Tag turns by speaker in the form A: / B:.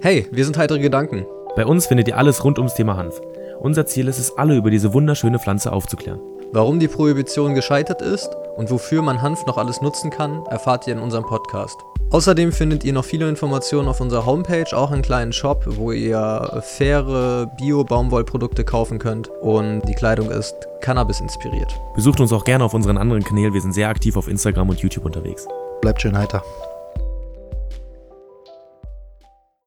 A: Hey, wir sind heitere Gedanken.
B: Bei uns findet ihr alles rund ums Thema Hanf. Unser Ziel ist es, alle über diese wunderschöne Pflanze aufzuklären.
A: Warum die Prohibition gescheitert ist und wofür man Hanf noch alles nutzen kann, erfahrt ihr in unserem Podcast. Außerdem findet ihr noch viele Informationen auf unserer Homepage, auch einen kleinen Shop, wo ihr faire Bio-Baumwollprodukte kaufen könnt und die Kleidung ist Cannabis inspiriert.
B: Besucht uns auch gerne auf unseren anderen Kanälen, wir sind sehr aktiv auf Instagram und YouTube unterwegs.
C: Bleibt schön heiter.